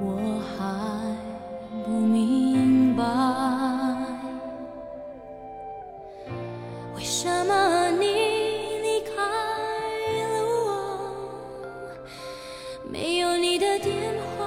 我还不明白，为什么你离开了我，没有你的电话。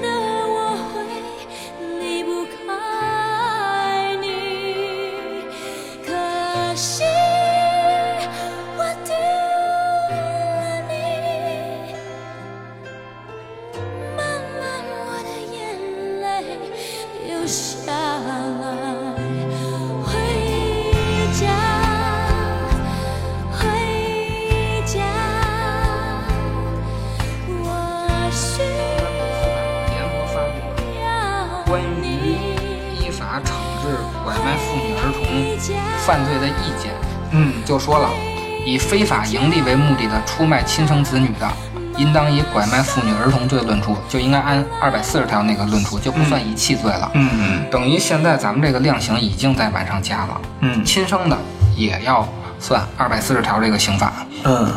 得我会离不开你，可惜我丢了你。慢慢我的眼泪流下来，回家，回家，我需联合发布要关于你。依法惩治拐卖妇女儿童犯罪的意见，嗯，就说了，以非法盈利为目的的出卖亲生子女的，应当以拐卖妇女儿童罪论处，就应该按二百四十条那个论处，就不算遗弃罪了。嗯等于现在咱们这个量刑已经在往上加了，嗯亲生的也要算二百四十条这个刑法。嗯，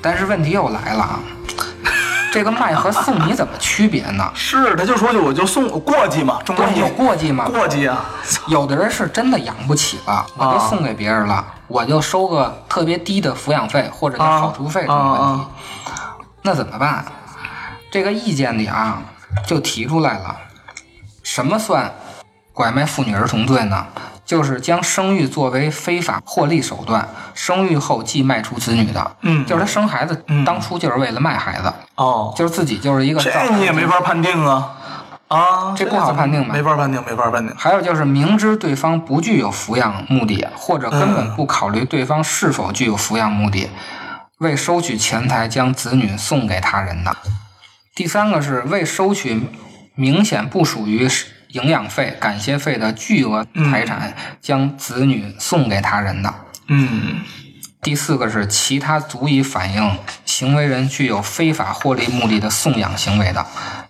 但是问题又来了啊，这个卖和送你怎么区别呢？是，他就说就我就送过继嘛，中国对，有过继吗？过继啊，有的人是真的养不起了，我就送给别人了，我就收个特别低的抚养费或者叫啊好处费什么问题，那怎么办？啊这个意见里啊，就提出来了，什么算拐卖妇女儿童罪呢？就是将生育作为非法获利手段，生育后即卖出子女的，嗯就是他生孩子、嗯当初就是为了卖孩子，哦，就是自己就是一个造这成你也没法判定啊，啊，这不好判定吧没法判定，没法判定，还有就是明知对方不具有抚养目的，或者根本不考虑对方是否具有抚养目的，为收取钱财将子女送给他人的。第三个是为收取明显不属于营养费、感谢费的巨额财产，将子女送给他人的。嗯第四个是其他足以反映行为人具有非法获利目的的送养行为的，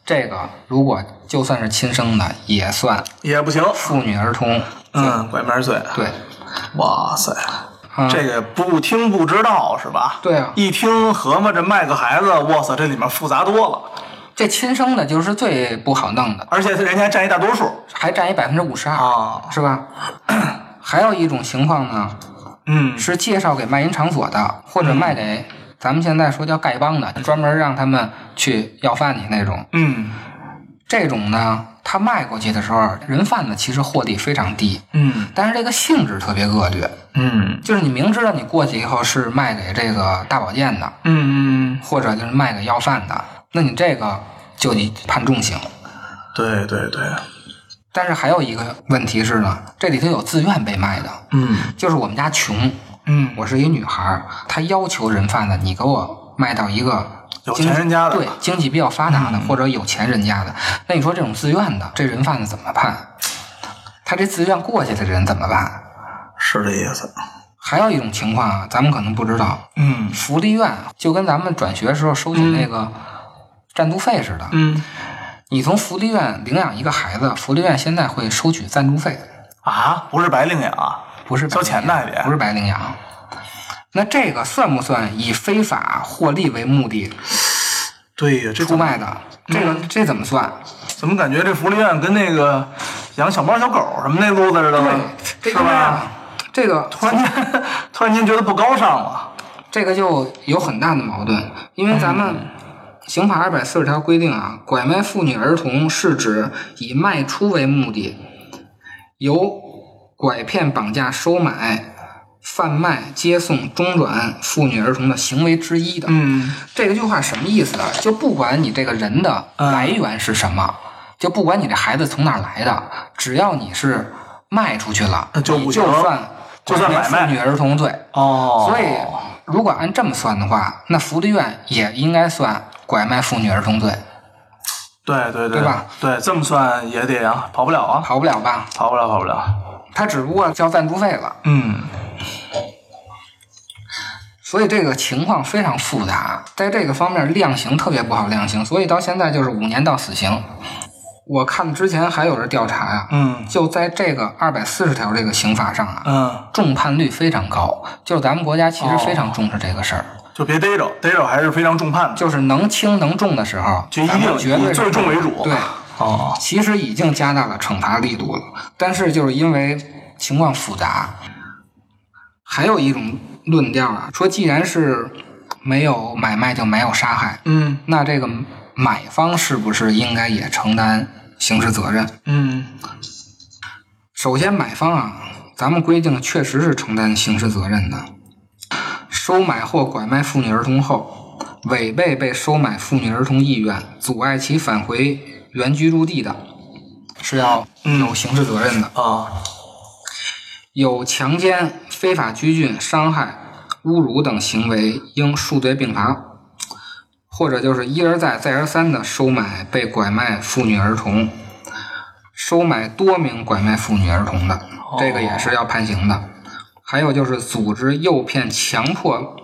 这个如果就算是亲生的，也算也不行，妇女儿童。嗯，拐卖罪，对，哇塞，啊这个不听不知道是吧？对啊一听合摸着卖个孩子，哇塞，这里面复杂多了，这亲生的就是最不好弄的，而且人家还占一大多数还占一百分之五十二，啊，是吧？ 还有一种情况呢，嗯是介绍给卖淫场所的，或者卖给咱们现在说叫丐帮的，专门让他们去要饭你那种。嗯这种呢，他卖过去的时候，人贩子其实获利非常低，嗯但是这个性质特别恶劣，嗯就是你明知道你过去以后是卖给这个大保健的，嗯，或者就是卖给要饭的，那你这个就得判重刑。对对对，但是还有一个问题是呢，这里头有自愿被卖的，嗯就是我们家穷，嗯，我是一女孩儿，她要求人贩子，你给我卖到一个有经钱人家的嗯对经济比较发达的、或者有钱人家的，那你说这种自愿的，这人贩子怎么判？他这自愿过去的人怎么办？是这意思，还有一种情况啊，咱们可能不知道，嗯福利院就跟咱们转学时候收取那个赞助费似的，嗯你从福利院领养一个孩子，福利院现在会收取赞助费。啊，不是白领养啊，不是白交钱呢领也养不是白领养。那这个算不算以非法获利为目的对呀，这出怎么嗯卖的？这个这怎么算？怎么感觉这福利院跟那个养小猫小狗什么那路子似的呢？这是应该啊吧？？这个突然间， 突然间觉得不高尚了。这个就有很大的矛盾，因为咱们嗯刑法二百四十条规定啊，拐卖妇女儿童是指以卖出为目的，由拐骗、绑架、收买、贩卖、接送、中转妇女儿童的行为之一的。嗯这个句话什么意思啊？就不管你这个人的嗯来源是什么，就不管你这孩子从哪儿来的，只要你是卖出去了，呃那就你不就行算就算买卖妇女儿童罪。哦，所以，如果按这么算的话，那福利院也应该算拐卖妇女儿童罪，对对对对吧？对，这么算也得啊，跑不了啊，跑不了吧？跑不了，跑不了。他只不过交赞助费了。嗯，所以这个情况非常复杂，在这个方面量刑特别不好量刑，所以到现在就是五年到死刑。我看之前还有人调查啊呀、嗯就在这个二百四十条这个刑法上啊，嗯，重判率非常高，就是咱们国家其实非常重视这个事儿，就别逮着，逮着还是非常重判的，就是能轻能重的时候，就一咱们定绝对以最重为主。对，哦，其实已经加大了惩罚力度了，但是就是因为情况复杂，还有一种论调啊，说既然是没有买卖就没有杀害，嗯那这个买方是不是应该也承担刑事责任？嗯首先，买方啊，咱们规定确实是承担刑事责任的。收买或拐卖妇女儿童后，违背被收买妇女儿童意愿，阻碍其返回原居住地的，是要有刑事责任的。啊，有强奸、非法拘禁、伤害、侮辱等行为，应数罪并罚。或者就是一而再、再而三的收买被拐卖妇女儿童，收买多名拐卖妇女儿童的，这个也是要判刑的。还有就是组织、诱骗、强迫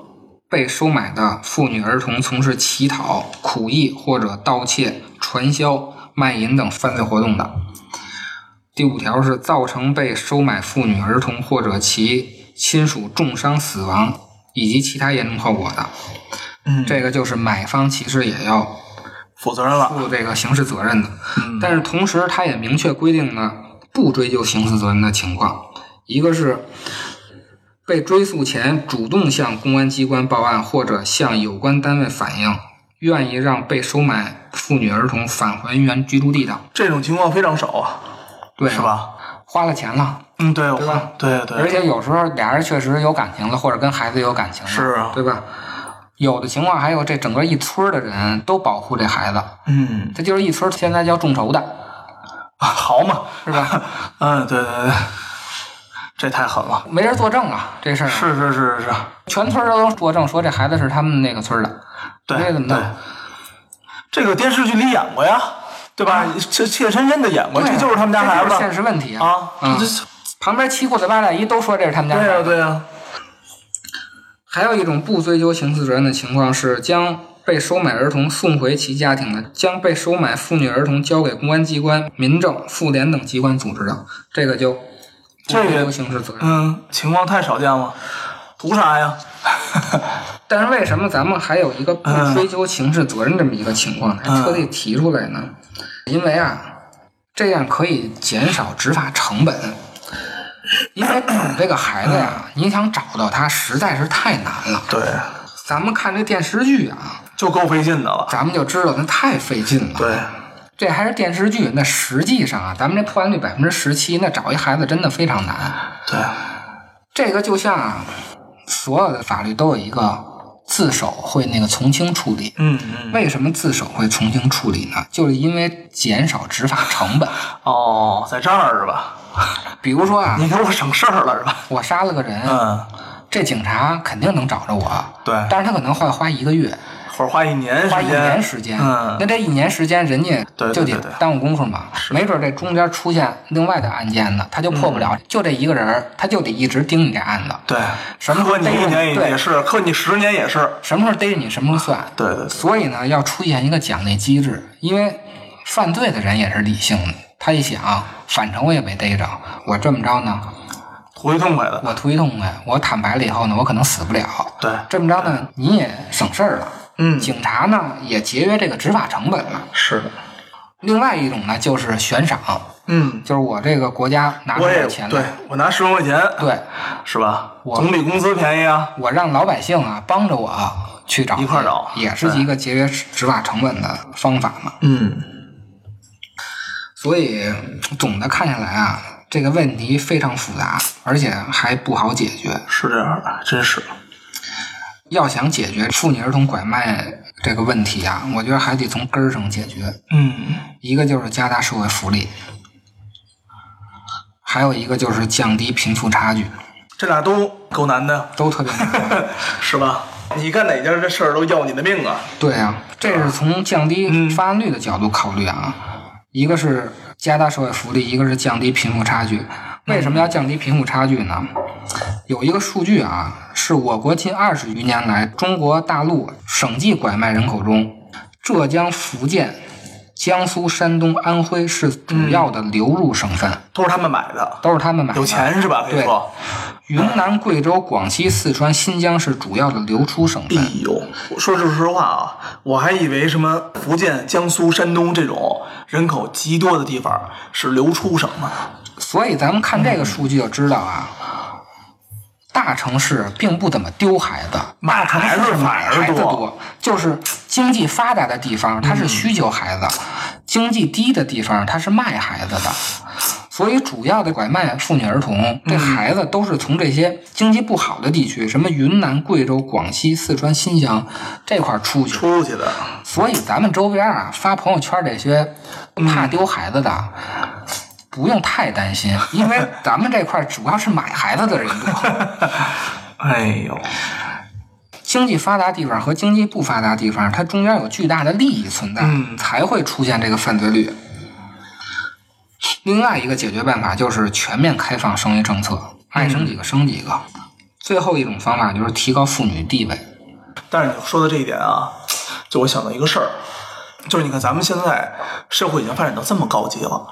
被收买的妇女儿童从事乞讨、苦役或者盗窃、传销、卖淫等犯罪活动的。第五条是造成被收买妇女、儿童或者其亲属重伤、死亡以及其他严重后果的，嗯，这个就是买方其实也要负责任了。负这个刑事责任的。嗯但是同时，他也明确规定呢，不追究刑事责任的情况，一个是被追诉前主动向公安机关报案或者向有关单位反映，愿意让被收买妇女、儿童返回原居住地的，这种情况非常少啊，对，是？吧？花了钱了。嗯，对，我对吧对对，而且有时候俩人确实有感情了，或者跟孩子有感情了，是啊对吧？有的情况还有这整个一村儿的人都保护这孩子，嗯，这就是一村儿现在叫众筹的，啊好嘛，是吧？嗯，对对对，这太狠了。没人作证啊，这事儿是是是是，全村儿都作证说这孩子是他们那个村儿的，对那怎么弄对？这个电视剧里演过呀，对吧？切切身身的演过，嗯对这啊就是他们家孩这就是现子实问题啊。嗯这，旁边七姑子八大姨都说这是他们家对啊孩呀子，对呀，还有一种不追究刑事责任的情况是，将被收买儿童送回其家庭的，将被收买妇女儿童交给公安机关、民政、妇联等机关组织的，这个就不追究刑事责任。嗯，情况太少见了，图啥呀？但是为什么咱们还有一个不追究刑事责任这么一个情况，还特地提出来呢？因为啊，这样可以减少执法成本。因为 找这个孩子呀，你想找到他实在是太难了。对，咱们看这电视剧啊，就够费劲的了。咱们就知道那太费劲了。对，这还是电视剧，那实际上啊，咱们这破案率百分之十七，那找一孩子真的非常难。对，这个就像啊所有的法律都有一个自首会那个从轻处理。嗯嗯，为什么自首会从轻处理呢？就是因为减少执法成本。哦，在这儿是吧？比如说啊，你给我省事儿了是吧？我杀了个人，嗯，这警察肯定能找着我，对但是他可能会花一个月，或者花一年时间，花一年时间。嗯那，这一年时间，人家对对就对得对耽误功夫嘛。没准这中间出现另外的案件呢，他就破不嗯了。就这一个人儿，他就得一直盯你这案子。对，什么时候磕你逮一着年也对，是，磕你十年也是。什么时候逮着你，什么时候算。对对对所以呢，要出现一个奖励机制，因为犯罪的人也是理性的，他一想，反正我也没逮着，我这么着呢，图一痛快的。我图一痛快，我坦白了以后呢，我可能死不了。对这么着呢，你也省事儿了，嗯警察呢也节约这个执法成本了。是的，另外一种呢，就是悬赏，嗯，就是我这个国家拿出我也点钱对来，我拿十万块钱，对是吧？我总比工资便宜啊。我让老百姓啊帮着我去找一块儿找也是一个节约执法成本的方法嘛。嗯，所以总的看下来啊，这个问题非常复杂，而且还不好解决。是这样的，真是。要想解决妇女儿童拐卖这个问题啊，我觉得还得从根儿上解决。嗯，一个就是加大社会福利，还有一个就是降低贫富差距，这俩都够难的， 都特别难。是吧？你干哪家这事儿都要你的命啊！对啊，这是从降低发案率的角度考虑啊，一个是加大社会福利，一个是降低贫富差距。为什么要降低贫富差距呢？有一个数据啊，是我国近二十余年来中国大陆省际拐卖人口中，浙江、福建、江苏、山东、安徽是主要的流入省份，都是他们买的，都是他们买的。有钱是吧？可以对，说，云南、贵州、广西、四川、新疆是主要的流出省哎份。呦，我说句实话啊，我还以为什么福建、江苏、山东这种人口极多的地方是流出省呢。所以咱们嗯看这个数据就知道啊，大城市并不怎么丢孩子，买孩子买反孩而子多，嗯多，就是经济发达的地方，它是需求孩子；经济低的地方，它是卖孩子的。所以，主要的拐卖妇女儿嗯童，这孩子都是从这些经济不好的地区，什么云南、贵州、广西、四川、新疆这块儿出去。出去的所以，咱们周边啊，发朋友圈这些怕丢孩子的。不用太担心，因为咱们这块儿主要是买孩子的人多，哎呦，经济发达地方和经济不发达地方，它中间有巨大的利益存在，嗯才会出现这个犯罪率。另外一个解决办法就是全面开放生育政策，爱生几个生几个。最后一种方法就是提高妇女地位。但是你说的这一点啊，就我想到一个事儿，就是你看咱们现在社会已经发展到这么高级了，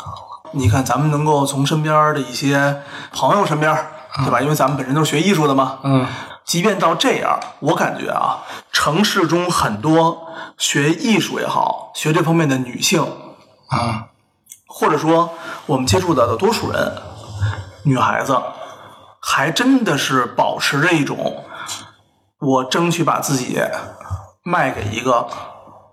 你看咱们能够从身边儿的一些朋友身边儿，对吧？因为咱们本身都是学艺术的嘛，嗯，即便到这样，我感觉啊，城市中很多学艺术也好，学这方面的女性，啊，或者说我们接触到的多数人，女孩子，还真的是保持着一种，我争取把自己卖给一个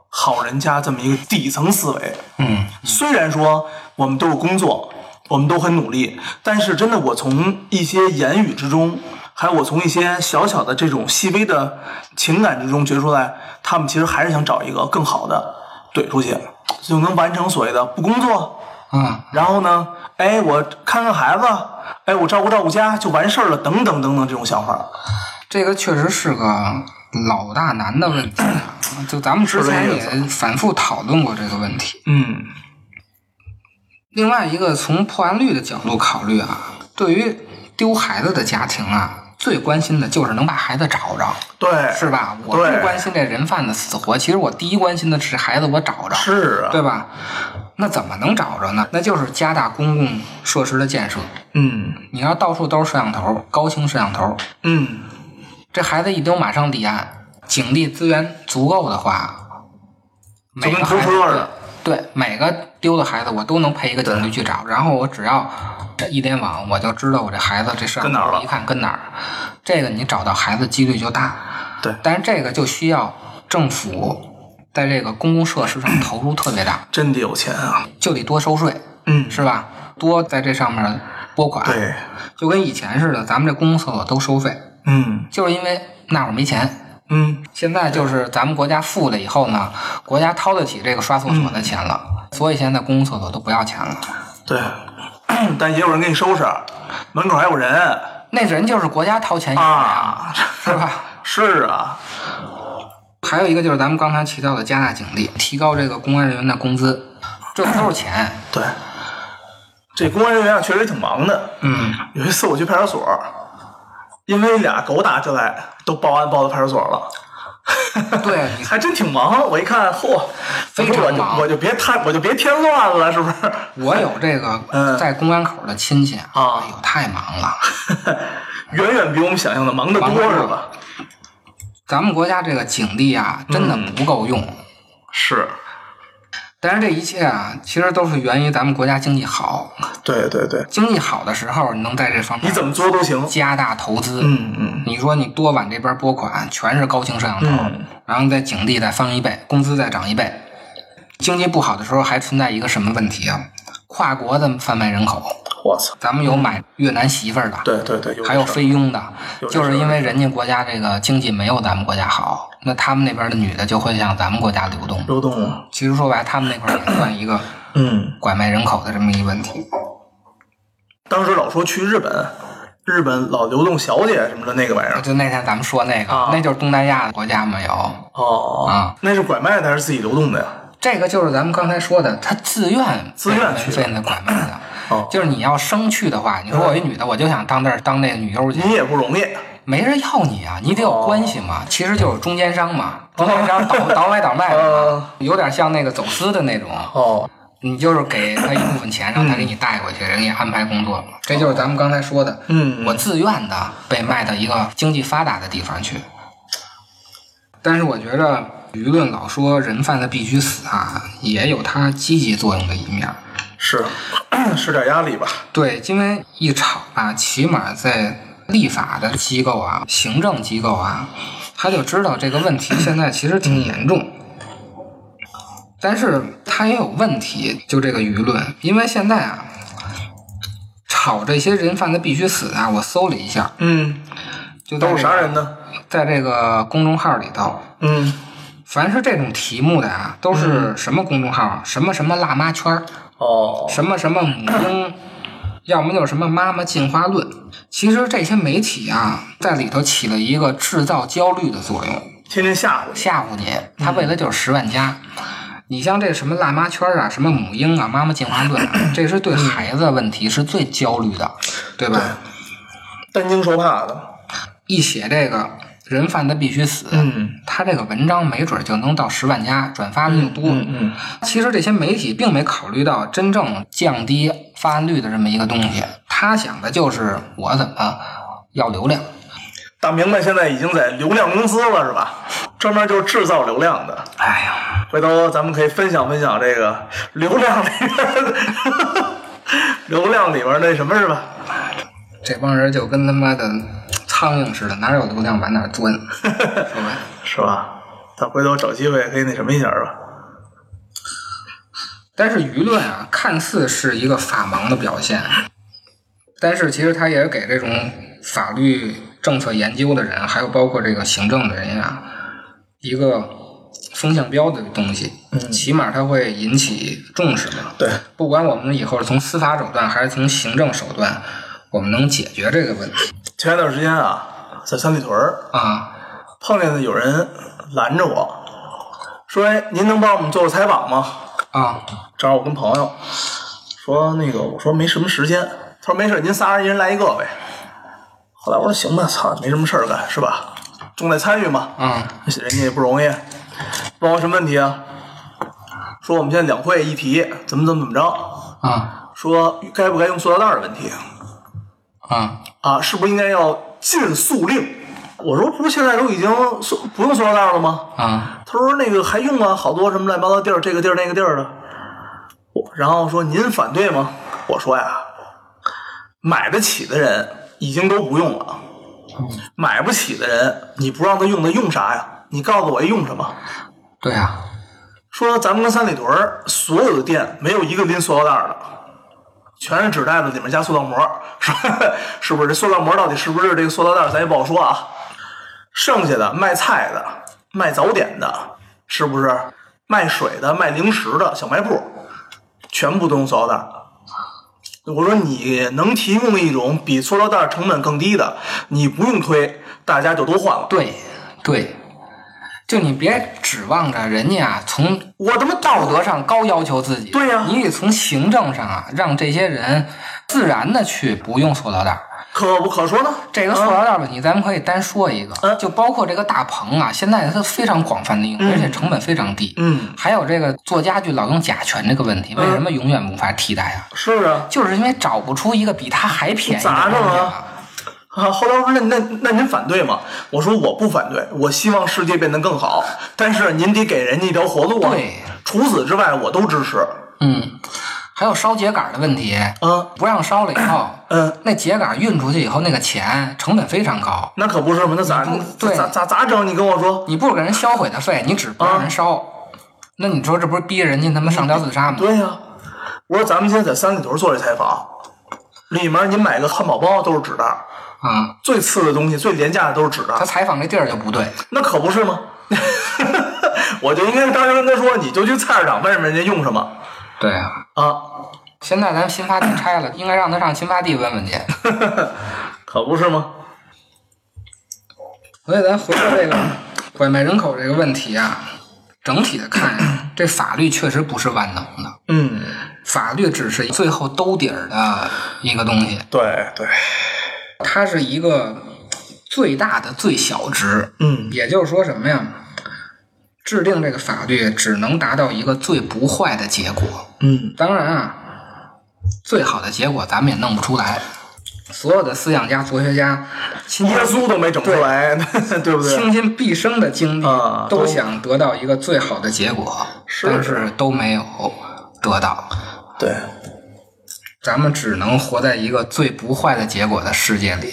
好人家这么一个底层思维。嗯，虽然说我们都有工作，我们都很努力，但是真的，我从一些言语之中，还有我从一些小小的这种细微的情感之中觉出来，他们其实还是想找一个更好的怼出去，就能完成所谓的不工作。啊，然后呢，哎，我看看孩子，哎，我照顾照顾家就完事儿了，等等等等这种想法。这个确实是个老大难的问题啊。就咱们之前也反复讨论过这个问题。嗯另外一个从破案率的角度考虑啊，对于丢孩子的家庭啊，最关心的就是能把孩子找着，，对，是吧？我不对关心这人贩子死活，其实我第一关心的是孩子我找着，是啊，对吧？那怎么能找着呢？那就是加大公共设施的建设。嗯你要到处都是摄像头，高清摄像头，嗯，这孩子一丢马上立案，警力资源足够的话，就每跟个偷孩车子似的。对每个丢的孩子，我都能配一个警局去找，然后我只要这一联网，我就知道我这孩子这事跟哪儿了一看跟哪儿，这个你找到孩子几率就大。对但是这个就需要政府在这个公共设施上投入特别大，真得有钱啊。就得多收税，嗯，是吧？多在这上面拨款，对，就跟以前似的，咱们这公共厕所都收费，嗯就是因为那会儿没钱。嗯，现在就是咱们国家富了以后呢，国家掏得起这个刷厕所的钱了，嗯所以现在公共厕所都不要钱了。对， 但也有人给你收拾，啊门口还有人那人就是国家掏钱养的呀，啊。是吧？ 是啊，还有一个就是咱们刚才提到的加大警力，提高这个公安人员的工资，这都是钱。对，这公安人员啊确实挺忙的。嗯，有一次我去派出所，因为俩狗打起来，都报案报到派出所了。对你还真挺忙。我一看，嚯，非常我就忙我就别太，我就别添乱了，是不是？我有这个嗯在公安口的亲戚啊，啊哎呦，太忙了。远远比我们想象的忙得忙多，得多是吧？咱们国家这个警力啊，真的不够用。嗯是，但是这一切啊，其实都是源于咱们国家经济好。对对对，经济好的时候，你能在这方面你怎么做都行。加大投资。嗯嗯，你说你多往这边拨款，全是高清摄像头，嗯然后在警力再翻一倍，工资再涨一倍。经济不好的时候，还存在一个什么问题啊？跨国的贩卖人口，我操，咱们有买越南媳妇儿的，对对嗯对，还有这事儿菲佣的，有这事就儿是因为人家国家这个经济没有咱们国家好，那他们那边的女的就会向咱们国家流动。流动啊，其实说白了，他们那块儿也算一个嗯，拐卖人口的这么一问题。当时老说去日本，日本老流动小姐什么的那个玩意儿，就那天咱们说那个，啊那就是东南亚的国家嘛有。哦啊，那是拐卖的还是自己流动的呀？这个就是咱们刚才说的，他自愿自愿去免费的拐卖的。哦嗯就是你要生去的话，你说我一女的，我就想当这儿当那个女优去，你也不容易，没人要你啊，你得有关系哦嘛，其实就是中间商嘛，中间商 倒倒买倒卖的嘛，有点像那个走私的那种。哦，你就是给他一部分钱，让他给你带过去，人给你安排工作嘛。这就是咱们刚才说的，嗯我自愿的被卖到一个经济发达的地方去。但是我觉着舆论老说人贩子必须死啊，也有它积极作用的一面儿。是 是点压力吧？对，因为一场啊，起码在立法的机构啊、行政机构啊，他就知道这个问题现在其实挺严重。但是他也有问题，就这个舆论，因为现在啊，炒这些人贩子必须死啊，我搜了一下，嗯，就在、都这个、是啥人？呢？在这个公众号里头，嗯，凡是这种题目的啊，都是什么公众号啊？什么什么辣妈圈儿，哦，什么什么母婴，要么就是什么妈妈进化论。其实这些媒体啊，在里头起了一个制造焦虑的作用，天天吓唬你。吓唬你。他为了就是十万加。你像这什么辣妈圈啊，什么母婴啊，妈妈进化论啊，这是对孩子问题是最焦虑的，对吧？担惊受怕的。一写这个人贩子必须死，嗯，他这个文章没准就能到十万加，转发率就多。嗯嗯其实这些媒体并没考虑到真正降低发案率的这么一个东西，他想的就是我怎么要流量。大明白现在已经在流量公司了，是吧？专门就制造流量的。哎呀，回头咱们可以分享分享这个流量里边的， 流量里边那什么是吧？这帮人就跟他妈的苍蝇似的，哪有流量往哪钻， 是吧？是吧？咱回头找机会可以那什么一下吧。但是舆论啊，看似是一个法盲的表现，啊但是其实它也给这种法律政策研究的人，还有包括这个行政的人啊，一个风向标的东西。嗯，起码它会引起重视嘛。对，不管我们以后是从司法手段还是从行政手段，我们能解决这个问题前一段时间啊，在三里屯儿啊。碰见有人拦着我说：“哎，您能帮我们做做采访吗？”啊，正好我跟朋友说那个，我说没什么时间，他说没事，您仨人一人来一个呗。后来我说行吧，操，没什么事儿干是吧？重在参与嘛，嗯，人家也不容易。问我什么问题啊？说我们现在两会议题怎么怎么怎么着？啊，说该不该用塑料袋儿的问题啊，啊？是不是应该要禁塑令？我说不是，现在都已经塑不用塑料袋儿了吗？啊，他说那个还用啊，好多什么乱七八糟地儿，这个地儿那个地儿的。我然后说您反对吗？我说呀，买得起的人已经都不用了，买不起的人你不让他用，他用啥呀？你告诉我用什么？对啊，说咱们跟三里屯儿所有的店没有一个拎塑料袋儿的，全是纸袋子，里面加塑料膜儿，是吧 是不是？这塑料膜儿到底是不是这个塑料袋儿，咱也不好说啊。剩下的卖菜的、卖早点的，是不是卖水的、卖零食的小卖部，全部都用塑料袋儿。我说你能提供一种比塑料袋儿成本更低的，你不用推，大家就都换了。对，对，就你别指望着人家啊从我他妈道德上高要求自己，对呀你得从行政上啊，让这些人自然的去不用塑料袋儿。可不可说呢？这个塑料袋儿问题，咱们可以单说一个，嗯就包括这个大棚啊，现在它非常广泛的应用，而且成本非常低。嗯，还有这个做家具老用甲醛这个问题，为什么永远无法替代啊？是啊，就是因为找不出一个比它还便宜的砸东着西了。啊，后来我说那那那您反对吗？我说我不反对，我希望世界变得更好，但是您得给人家一条活路啊。对，除此之外我都支持。嗯，还有烧秸秆儿的问题，啊，不让烧了以后，嗯，那秸秆运出去以后，那个钱成本非常高，那可不是嘛，那咋你不咋对咋咋咋整？你跟我说，你不是给人销毁的费，你只不让啊人烧，那你说这不是逼人家他妈上吊自杀吗？对呀、我说咱们现在在三里屯做这采访，里面您买个汉堡包都是纸袋儿，啊，最次的东西、最廉价的都是纸袋儿他，采访这地儿就不对，那可不是吗？ 我就应该当时跟他说，你就去菜市场问问人家用什么对啊，啊，现在咱们新发地拆了，应该让他上新发地问问去。可不是吗？所以咱回到这个拐卖人口这个问题啊，整体的看啊，这法律确实不是万能的，嗯，法律只是最后兜底儿的一个东西，对对。它是一个。最大的最小值。嗯也就是说什么呀？制定这个法律只能达到一个最不坏的结果。嗯当然啊，最好的结果咱们也弄不出来。所有的思想家、哲学家，倾耶稣都没整出来， 对不对？倾尽毕生的精力啊，都都想得到一个最好的结果，是但是都没有得到。对，咱们只能活在一个最不坏的结果的世界里。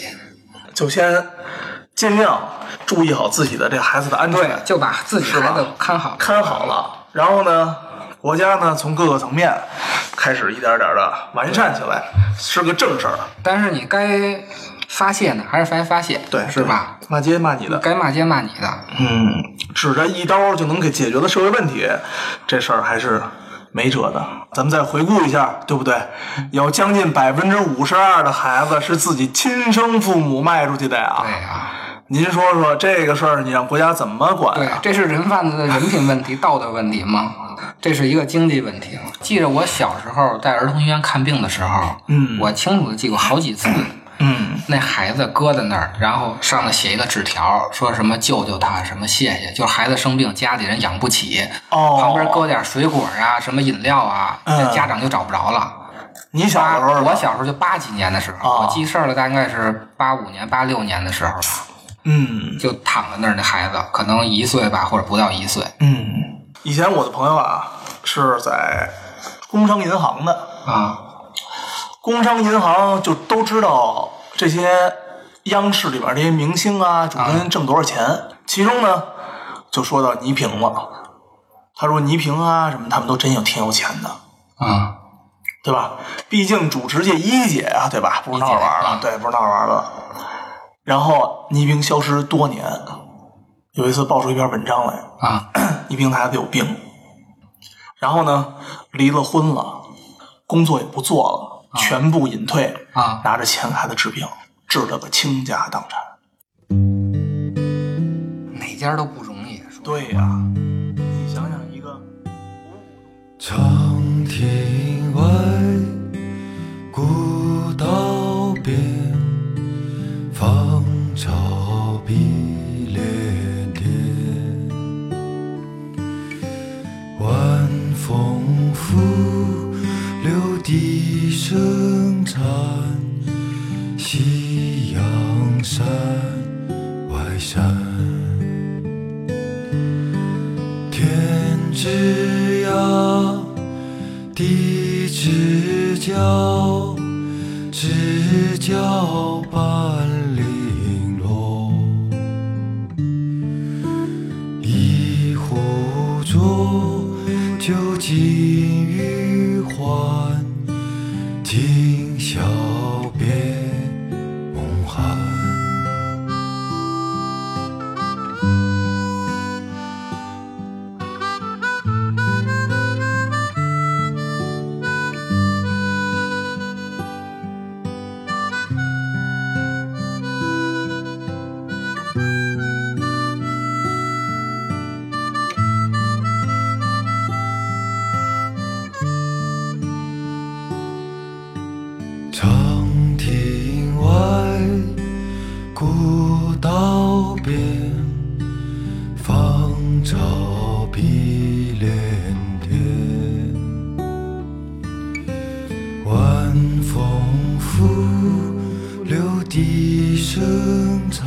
就先尽量注意好自己的这孩子的安对，全，就把自己是吧孩子看好。看好了，然后呢，国家呢从各个层面开始一点点的完善起来，是个正事儿。但是你该发泄呢，还是该发泄，对，是吧？？骂街骂你的，该骂街骂你的，嗯，指着一刀就能给解决的社会问题，这事儿还是没辙的。咱们再回顾一下，对不对？有将近百分之五十二的孩子是自己亲生父母卖出去的呀对。啊，您说说这个事儿，你让国家怎么管对啊？，这是人贩子的人品问题、道德问题吗？这是一个经济问题。记着，我小时候在儿童医院看病的时候，嗯我清楚的记过好 几次。嗯，那孩子搁在那儿，然后上面写一个纸条，说什么救救他，什么谢谢，就是孩子生病，家里人养不起，哦旁边搁点水果啊，什么饮料啊，嗯这家长就找不着了。你小八时候，我，小时候就八几年的时候，哦我记事儿了，大概是八五年、八六年的时候吧，嗯就躺在那儿，那孩子可能一岁吧，或者不到一岁嗯，以前我的朋友啊是在工商银行的，啊，工商银行就都知道这些央视里边这些明星啊、主持人挣多少钱。啊其中呢，就说到倪萍了。他说倪萍啊什么，他们都真有挺有钱的，啊，对吧？毕竟主持界一姐啊，对吧？不是闹着玩儿一的，姐嗯对，不是闹着玩儿的。然后倪萍消失多年，有一次爆出一篇文章来，啊，倪萍的孩子有病，然后呢，离了婚了，工作也不做了，全部隐退啊拿着钱给孩子治病，治了个倾家荡产。哪家都不容易，说对呀、你想想一个，长亭外，古道边，芳草碧连天。晚风拂柳笛声残，夕阳山外山。天之涯，地之角，知交半零落。一壶浊酒尽余欢，今宵别梦寒。长亭外，古道边，芳草碧连天。晚风拂柳笛声残，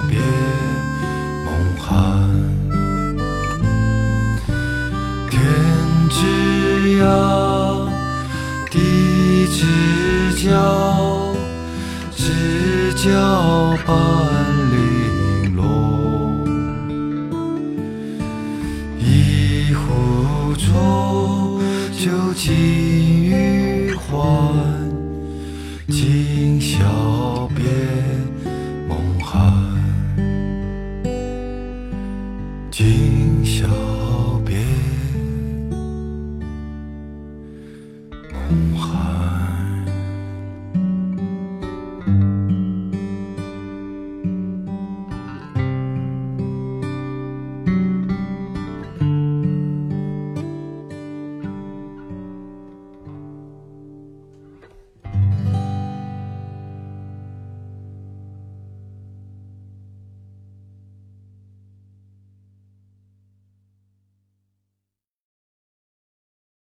别梦寒。天之涯，地之角，知交